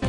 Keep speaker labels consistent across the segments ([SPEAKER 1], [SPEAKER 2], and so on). [SPEAKER 1] 蘭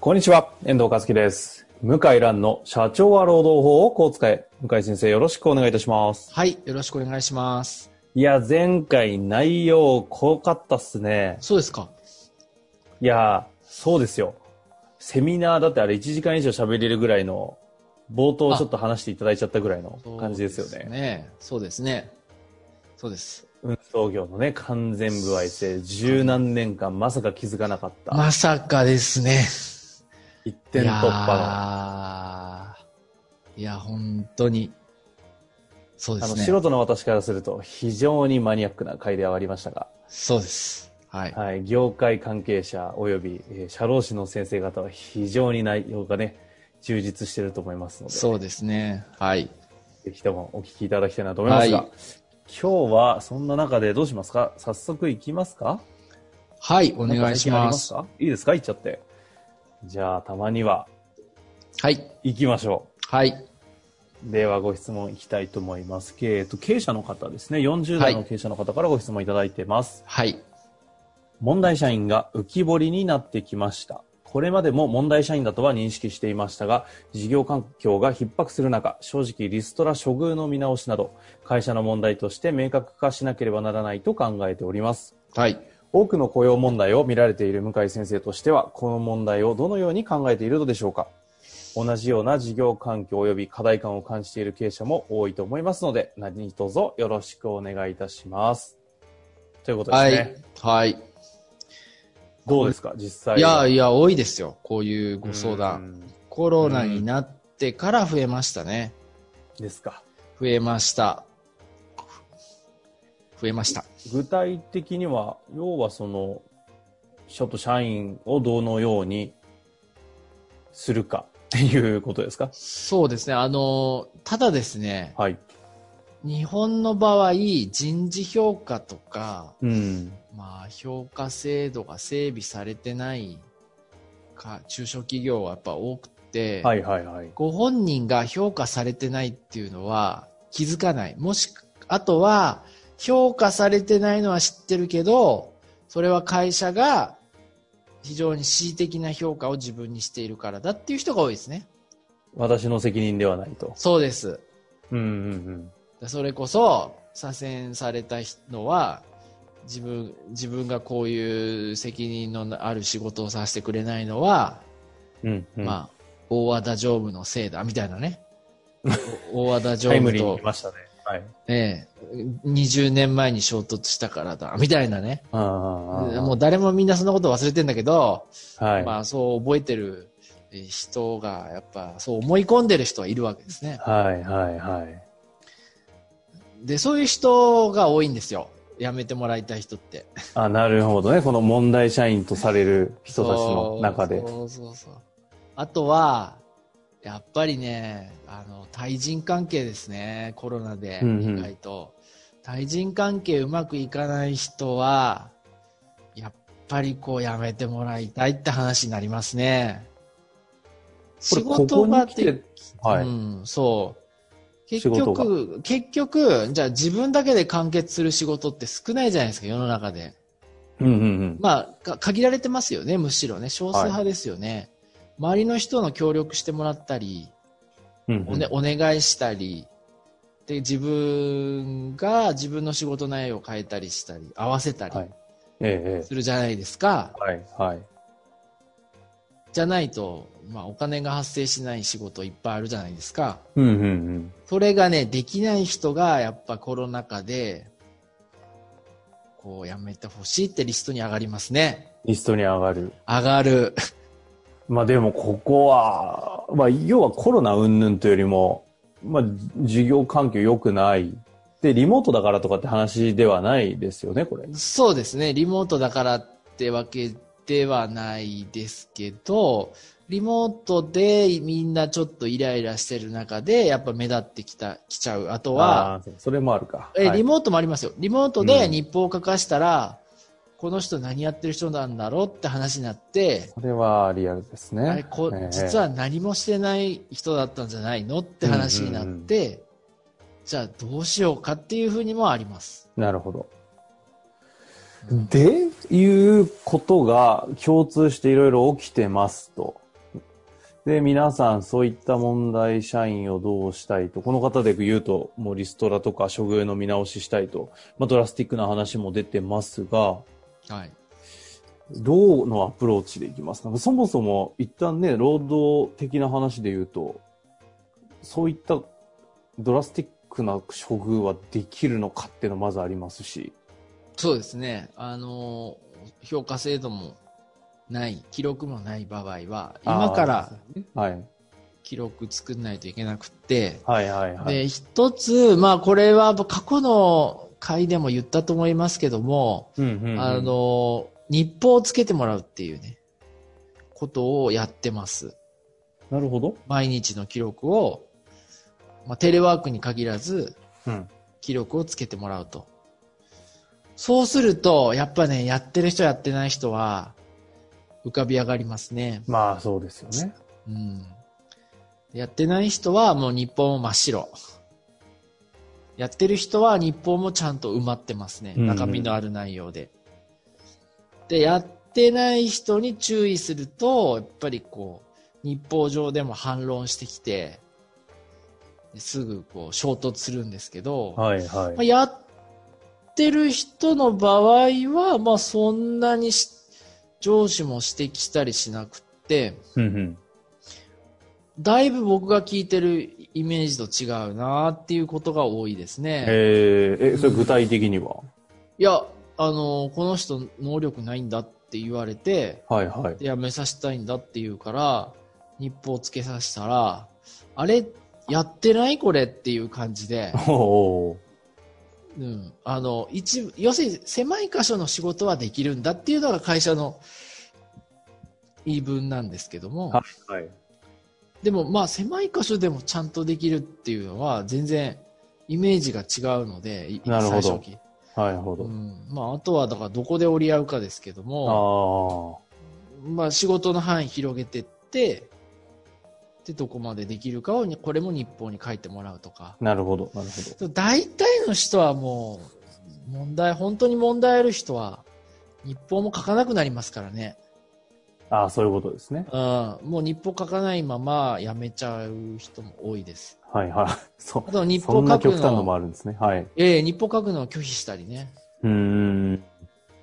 [SPEAKER 2] こんにちは、遠藤和樹です。向井蘭の社長は労働法をこう使え。向井先生、よろしくお願いいたします。
[SPEAKER 3] はい、よろしくお願いします。
[SPEAKER 2] いや、前回内容濃かったっすね。
[SPEAKER 3] そうですか。
[SPEAKER 2] いや、そうですよ。セミナーだってあれ1時間以上喋れるぐらいの、冒頭ちょっと話していただいちゃったぐらいの感じですよ
[SPEAKER 3] そう
[SPEAKER 2] ね。
[SPEAKER 3] ね。そうですね。そうです。
[SPEAKER 2] 運送業のね、完全部愛制、十何年間まさか気づかなかった。
[SPEAKER 3] まさかですね。
[SPEAKER 2] 一点突破
[SPEAKER 3] いやーいや、本当に。そうで
[SPEAKER 2] の。あの、
[SPEAKER 3] す
[SPEAKER 2] 素
[SPEAKER 3] ね。
[SPEAKER 2] 人の私からすると、非常にマニアックな回ではありましたが。
[SPEAKER 3] そうです。はい。
[SPEAKER 2] はい、業界関係者および、えー社労士の先生方は非常に内容がね充実していると思いますので
[SPEAKER 3] そうですね。はい。
[SPEAKER 2] ぜひともお聞きいただきたいなと思いますが、
[SPEAKER 3] はい
[SPEAKER 2] 今日はそんな中でどうしますか早速いきますか
[SPEAKER 3] はい、お
[SPEAKER 2] お
[SPEAKER 3] 願いします。
[SPEAKER 2] いいですか行っちゃってじゃあたまには
[SPEAKER 3] はい。
[SPEAKER 2] 行きましょ
[SPEAKER 3] はい。
[SPEAKER 2] うではご質問いきたいと思います、えーと経営者の方ですね40代の経営者の方からご質問いただいてます、
[SPEAKER 3] はい。
[SPEAKER 2] 問題社員が浮き彫りになってきました。これまでも問題社員だとは認識していましたが、事業環境が逼迫する中、正直リストラ処遇の見直しなど、会社の問題として明確化しなければならないと考えております。
[SPEAKER 3] はい。
[SPEAKER 2] 多くの雇用問題を見られている向井先生としては、この問題をどのように考えているのでしょうか同じような事業環境及び課題感を感じている経営者も多いと思いますので、何卒よろしくお願いいたします。ということです
[SPEAKER 3] は
[SPEAKER 2] ね。
[SPEAKER 3] い。はい。
[SPEAKER 2] どうですか実際は。
[SPEAKER 3] いやいや、多いですよ。こういうご相
[SPEAKER 2] う
[SPEAKER 3] 談。
[SPEAKER 2] ん。
[SPEAKER 3] コロナになってから増えましたね。
[SPEAKER 2] ですか。
[SPEAKER 3] 増えました。増えました。
[SPEAKER 2] 具体的には、要はその、ちょっと社員をどのようにするかっていうことですか
[SPEAKER 3] そうですね。あの、ただですね、
[SPEAKER 2] はい。
[SPEAKER 3] 日本の場合、人事評価とか、
[SPEAKER 2] うん。
[SPEAKER 3] まあ、評価制度が整備されてないか、中小企業はやっぱ多くて、
[SPEAKER 2] はいはいはい。
[SPEAKER 3] ご本人が評価されてないっていうのは気づかない。もし、あとは、評価されてないのは知ってるけど、それは会社が非常に恣意的な評価を自分にしているからだっていう人が多いですね。
[SPEAKER 2] 私の責任ではないと。
[SPEAKER 3] そうです。
[SPEAKER 2] うんうん
[SPEAKER 3] それこそ、左遷されたのは、自分、自分がこういう責任のある仕事をさせてくれないのは、
[SPEAKER 2] うん。うん、うん。
[SPEAKER 3] まあ、大和田常務のせいだ、みたい なね。お大和田常
[SPEAKER 2] タイム
[SPEAKER 3] 務
[SPEAKER 2] リーに
[SPEAKER 3] と
[SPEAKER 2] 来、ましたね。はい。
[SPEAKER 3] ええ、20年前に衝突したからだ、みたいなね。
[SPEAKER 2] ああ
[SPEAKER 3] もう誰もみんなそんなこと忘れてんだけど、
[SPEAKER 2] はい、
[SPEAKER 3] まあそう覚えてるえー人が、やっぱそう思い込んでる人はいるわけですね。
[SPEAKER 2] はいはいはい。
[SPEAKER 3] で、そういう人が多いんですよ。辞めてもらいたい人って。
[SPEAKER 2] あ、なるほどね。この問題社員とされる人たちの中で。
[SPEAKER 3] そうそうそうそう。あとは、やっぱりね、あの、対人関係ですね。コロナで、
[SPEAKER 2] うんうん
[SPEAKER 3] 意外と。対人関係うまくいかない人は、やっぱりこうやめてもらいたいって話になりますね。
[SPEAKER 2] こ
[SPEAKER 3] 仕
[SPEAKER 2] れここ
[SPEAKER 3] 事場
[SPEAKER 2] に
[SPEAKER 3] っ
[SPEAKER 2] 来
[SPEAKER 3] て、
[SPEAKER 2] て、はい。
[SPEAKER 3] うん、そう。結
[SPEAKER 2] 仕事
[SPEAKER 3] 局、結局、じゃあ自分だけで完結する仕事って少ないじゃないですか、世の中で。
[SPEAKER 2] うんうんうん。
[SPEAKER 3] まあ、か限られてますよね、むしろね。少数派ですよね。周りの人の協力してもらったり、
[SPEAKER 2] うんう
[SPEAKER 3] お,、
[SPEAKER 2] ん
[SPEAKER 3] ね、お願いしたり、で、自分が自分の仕事内容を変えたりしたり、合わせたり
[SPEAKER 2] はいえええ
[SPEAKER 3] するじゃないですか。
[SPEAKER 2] え。はいはい。
[SPEAKER 3] じゃないと、まあ、お金が発生しない仕事いっぱいあるじゃないですか。
[SPEAKER 2] うんうんうん。
[SPEAKER 3] それがね、できない人が、やっぱコロナ禍で、こう、やめてほしいってリストに上がりますね。
[SPEAKER 2] リストに上がる。
[SPEAKER 3] 上がる。
[SPEAKER 2] まあでもここは、まあ要はコロナ云々というよりも、まあ事業環境良くないってリモートだからとかって話ではないですよね、これ。
[SPEAKER 3] そうですね。リモートだからってわけではないですけど、リモートでみんなちょっとイライラしてる中で、やっぱ目立ってきた、きちゃう。あとは、
[SPEAKER 2] あーそれもあるか。
[SPEAKER 3] え、
[SPEAKER 2] はい
[SPEAKER 3] リモートもありますよ。リモート
[SPEAKER 2] う
[SPEAKER 3] で
[SPEAKER 2] ん
[SPEAKER 3] 日報を書かしたら、この人何やってる人なんだろうって話になって、
[SPEAKER 2] それはリアルですね。
[SPEAKER 3] あれこ
[SPEAKER 2] ええ
[SPEAKER 3] 実は何もしてない人だったんじゃないのって話になって、じゃあどうしようかっていうふうにもあります。
[SPEAKER 2] なるほど。で、いうことが共通していろいろ起きてますと。で、皆さんそういった問題社員をどうしたいと。この方で言うと、もうリストラとか処遇の見直ししたいと。まあ、ドラスティックな話も出てますが、
[SPEAKER 3] はい。
[SPEAKER 2] どうのアプローチでいきますかそもそも一旦ね、労働的な話で言うと、そういったドラスティックな処遇はできるのかっていうのまずありますし。
[SPEAKER 3] そうですね。あのー、評価制度もない、記録もない場合は、今か
[SPEAKER 2] あー
[SPEAKER 3] ら
[SPEAKER 2] はい。
[SPEAKER 3] 記録作んないといけなくって、
[SPEAKER 2] はいはいはい。
[SPEAKER 3] で、一つ、まあこれは過去の回でも言ったと思いますけども、
[SPEAKER 2] うんうんうん
[SPEAKER 3] あ、の、日報をつけてもらうっていうね、ことをやってます。
[SPEAKER 2] なるほど。
[SPEAKER 3] 毎日の記録を、まあ、テレワークに限らず、
[SPEAKER 2] うん。
[SPEAKER 3] 記録をつけてもらうと。そうすると、やっぱね、やってる人やってない人は、浮かび上がりますね。
[SPEAKER 2] まあ、そうですよね。
[SPEAKER 3] うん。やってない人はもう日報も真っ白。やってる人は日報もちゃんと埋まってますね。
[SPEAKER 2] うん
[SPEAKER 3] 中身のある内容で。で、やってない人に注意すると、やっぱりこう、日報上でも反論してきて、ですぐこう衝突するんですけど、
[SPEAKER 2] はいは
[SPEAKER 3] まあ
[SPEAKER 2] い。
[SPEAKER 3] やってる人の場合は、まあそんなにし上司も指摘したりしなくって、
[SPEAKER 2] うんうん。
[SPEAKER 3] だいぶ僕が聞いてるイメージと違うなっていうことが多いです
[SPEAKER 2] え
[SPEAKER 3] ね。
[SPEAKER 2] ー、え、それ具体的には、
[SPEAKER 3] いや、あの、この人能力ないんだって言われて、
[SPEAKER 2] はいはい。
[SPEAKER 3] いや、目指したいんだって言うから、日報をつけさせたら、あれ、やってないこれっていう感じで、
[SPEAKER 2] おー
[SPEAKER 3] うん。あの、一部、要するに狭い箇所の仕事はできるんだっていうのが会社の言い分なんですけども。
[SPEAKER 2] はいはい。
[SPEAKER 3] でもまあ狭い箇所でもちゃんとできるっていうのは全然イメージが違うので、い
[SPEAKER 2] なるほど
[SPEAKER 3] 最初期。
[SPEAKER 2] はい、なるほど。
[SPEAKER 3] うん。まああとはだからどこで折り合うかですけども、
[SPEAKER 2] あ
[SPEAKER 3] まあ仕事の範囲広げてって、でどこまでできるかをにこれも日報に書いてもらうとか。
[SPEAKER 2] あ、なるほど。なるほど。
[SPEAKER 3] 大体の人はもう、問題、本当に問題ある人は、日報も書かなくなりますからね。
[SPEAKER 2] ああ、そういうことですね。
[SPEAKER 3] うん。もう日報書かないまま辞めちゃう人も多いです。
[SPEAKER 2] はいはい。 そう
[SPEAKER 3] あ。と日
[SPEAKER 2] そ
[SPEAKER 3] 報
[SPEAKER 2] ん
[SPEAKER 3] 書
[SPEAKER 2] な
[SPEAKER 3] く
[SPEAKER 2] 極
[SPEAKER 3] の
[SPEAKER 2] 端のもあるんですね。はい。
[SPEAKER 3] ええ日報書くのを拒否したりね。
[SPEAKER 2] うーん。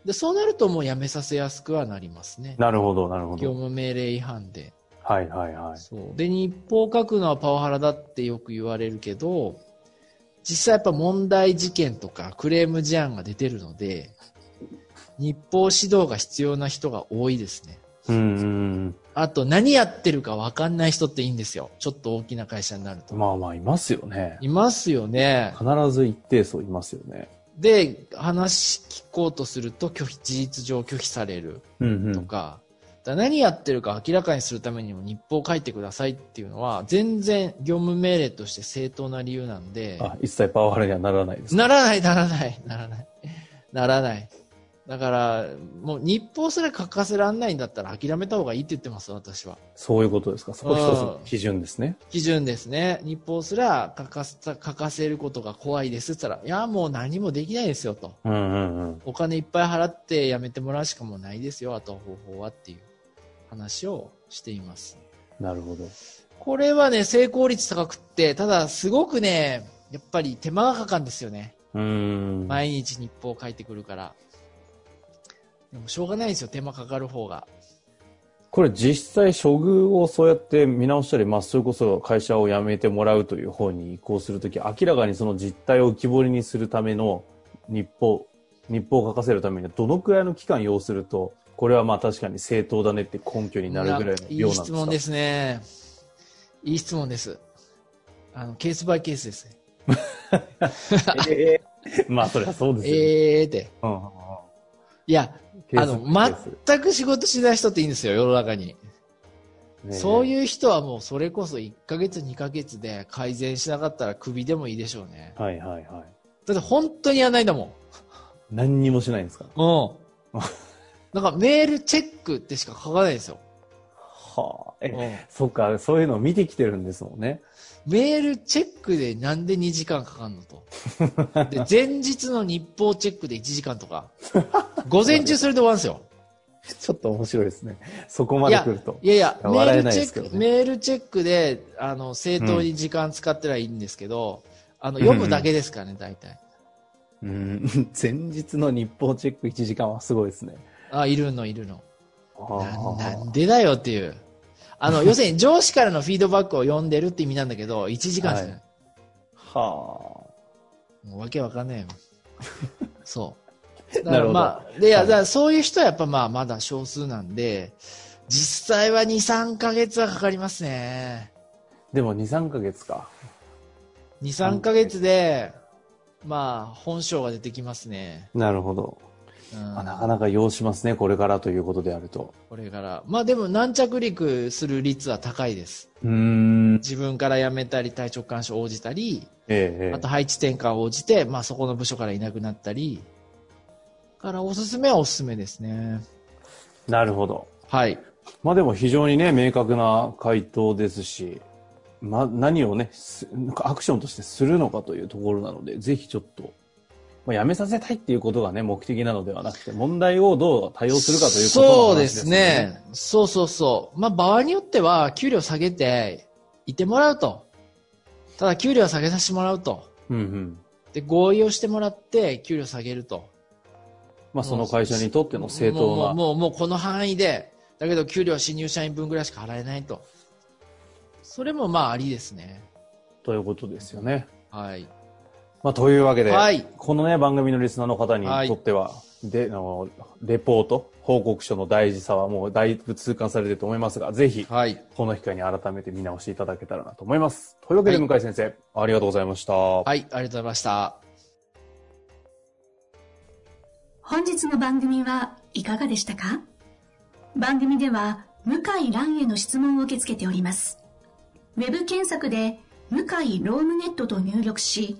[SPEAKER 3] で、そうなるともうやめさせやすくはなりますね。
[SPEAKER 2] なるほど、なるほ
[SPEAKER 3] 業
[SPEAKER 2] ど。
[SPEAKER 3] 務命令違反で。
[SPEAKER 2] はいはいはい。
[SPEAKER 3] そう。で、日報書くのはパワハラだってよく言われるけど、実際やっぱ問題事件とかクレーム事案が出てるので、日報指導が必要な人が多いですね。
[SPEAKER 2] うんうん
[SPEAKER 3] あと、何やってるか分かんない人っていいんですよ。ちょっと大きな会社になる
[SPEAKER 2] う
[SPEAKER 3] と。
[SPEAKER 2] ん。まあまあ、いますよね。
[SPEAKER 3] いますよね。
[SPEAKER 2] 必ず一定数いますよね。
[SPEAKER 3] で、話聞こうとすると拒否、事実上拒否される。
[SPEAKER 2] うんう
[SPEAKER 3] と
[SPEAKER 2] ん。
[SPEAKER 3] か、だから何やってるか明らかにするためにも日報を書いてくださいっていうのは、全然業務命令として正当な理由なんで、
[SPEAKER 2] あ、一切パワハラにはならないです。
[SPEAKER 3] ならない、ならない、 ならない、ならない。だから、もう日報すら書かせらんないんだったら諦めた方がいいって言ってます、私は。
[SPEAKER 2] そういうことですか。そこ一つの基準ですね。
[SPEAKER 3] 基準ですね。日報すら書かせた、書かせることが怖いですって言ったら、いや、もう何もできないですよと。
[SPEAKER 2] うんうんうん。
[SPEAKER 3] お金いっぱい払ってやめてもらうしかもうないですよ、あとは方法はっていう話をしています。
[SPEAKER 2] なるほど。
[SPEAKER 3] これはね、成功率高くって、ただすごくね、やっぱり手間がかかるんですよね。
[SPEAKER 2] うーん。
[SPEAKER 3] 毎日日報を書いてくるから。でもしょうがないですよ、手間かかる方が。
[SPEAKER 2] これ実際処遇をそうやって見直したり、まあ、それこそ会社を辞めてもらうという方に移行するとき、明らかにその実態を浮き彫りにするための日報、日報を書かせるためにはどのくらいの期間要すると、これはまあ確かに正当だねって根拠になるぐらいの
[SPEAKER 3] い
[SPEAKER 2] 量なん
[SPEAKER 3] い
[SPEAKER 2] ですか
[SPEAKER 3] 質問ですね。いい質問です。あの、ケースバイケースですね。
[SPEAKER 2] ええ まあ、そりゃそうですよ、ね。
[SPEAKER 3] ええって。
[SPEAKER 2] うんうんうん
[SPEAKER 3] いや、
[SPEAKER 2] ケー
[SPEAKER 3] あ
[SPEAKER 2] ス
[SPEAKER 3] の、
[SPEAKER 2] ケース
[SPEAKER 3] 全く仕事しない人っていいんですよ、世の中に。
[SPEAKER 2] ね
[SPEAKER 3] そういう人はもうそれこそ1ヶ月2ヶ月で改善しなかったらクビでもいいでしょうね。
[SPEAKER 2] はいはいはい。
[SPEAKER 3] だって本当にやんないんだも
[SPEAKER 2] 何にもしないんですか
[SPEAKER 3] ん。うん。なんかメールチェックってしか書かないんですよ。
[SPEAKER 2] はあ。
[SPEAKER 3] うん
[SPEAKER 2] え、そっか、そういうのを見てきてるんですもんね。
[SPEAKER 3] メールチェックでなんで2時間かかんのと。で、前日の日報チェックで1時間 とか。午前中それで終わるんですよ。
[SPEAKER 2] ちょっと面白いですね。そこまで来ると。
[SPEAKER 3] いやいや、メ
[SPEAKER 2] 笑え
[SPEAKER 3] ール
[SPEAKER 2] ない
[SPEAKER 3] チ
[SPEAKER 2] で
[SPEAKER 3] ェ
[SPEAKER 2] すけど
[SPEAKER 3] ッ
[SPEAKER 2] ね
[SPEAKER 3] ク、メールチェックで、あの、正当に時間使ってりゃいいんですけど、あの、読むだけですからね、大体。
[SPEAKER 2] うん。前日の日報チェック1時間はすごいですね。
[SPEAKER 3] あ、いるの、いるの。な
[SPEAKER 2] あ
[SPEAKER 3] なんでだよっていう。あの、要するに上司からのフィードバックを読んでるって意味なんだけど、1時間ですね。
[SPEAKER 2] あは
[SPEAKER 3] もうわけわかんな いよ。そう。だか
[SPEAKER 2] なる
[SPEAKER 3] ら
[SPEAKER 2] ほど
[SPEAKER 3] まあ、で、いや、
[SPEAKER 2] はい
[SPEAKER 3] だからそういう人はやっぱまあ、まだ少数なんで、実際は2、3ヶ月はかかりますね。
[SPEAKER 2] あ。でも2、3ヶ月か。
[SPEAKER 3] 2、3ヶ月で、まあ、本性が出てきますね。
[SPEAKER 2] なるほど。
[SPEAKER 3] うん
[SPEAKER 2] あなかなか要しますね、これからということであると。
[SPEAKER 3] これから。まあでも軟着陸する率は高いです。
[SPEAKER 2] うーん。
[SPEAKER 3] 自分から辞めたり、体調干渉を応じたり、
[SPEAKER 2] ええ
[SPEAKER 3] あと配置転換を応じて、まあそこの部署からいなくなったり、からおすすめはおすすめですね。
[SPEAKER 2] なるほど。
[SPEAKER 3] はい。
[SPEAKER 2] まあでも非常にね、明確な回答ですし、まあ何をね、すアクションとしてするのかというところなので、ぜひちょっと、まあ、やめさせたいっていうことがね、目的なのではなくて、問題をどう対応するかということの
[SPEAKER 3] そう
[SPEAKER 2] 話
[SPEAKER 3] です。ね。そうそうそう。まあ場合によっては、給料下げて、いてもらうと。ただ給料は下げさせてもらうと。
[SPEAKER 2] うんうん。
[SPEAKER 3] で、合意をしてもらって、給料下げると。
[SPEAKER 2] まあその会社にとっての正当な。
[SPEAKER 3] もうもうもうもうこの範囲でだけど給料は新入社員分ぐらいしか払えないとそれもまあありですね
[SPEAKER 2] ということですよね。
[SPEAKER 3] はい
[SPEAKER 2] まあ、というわけで、
[SPEAKER 3] はい
[SPEAKER 2] このね、番組のリスナーの方に
[SPEAKER 3] はい
[SPEAKER 2] とっては、で、あの、レポート、報告書の大事さはもうだいぶ痛感されてると思いますが、ぜひ、
[SPEAKER 3] はい
[SPEAKER 2] この機会に改めて見直していただけたらなと思います。というわけで、
[SPEAKER 3] は
[SPEAKER 2] 向
[SPEAKER 3] い
[SPEAKER 2] 井先生、ありがとうございました。
[SPEAKER 3] はいありがとうございました
[SPEAKER 1] 本日の番組はいかがでしたか番組では向井蘭への質問を受け付けております。ウェブ検索で向井ロームネットと入力し、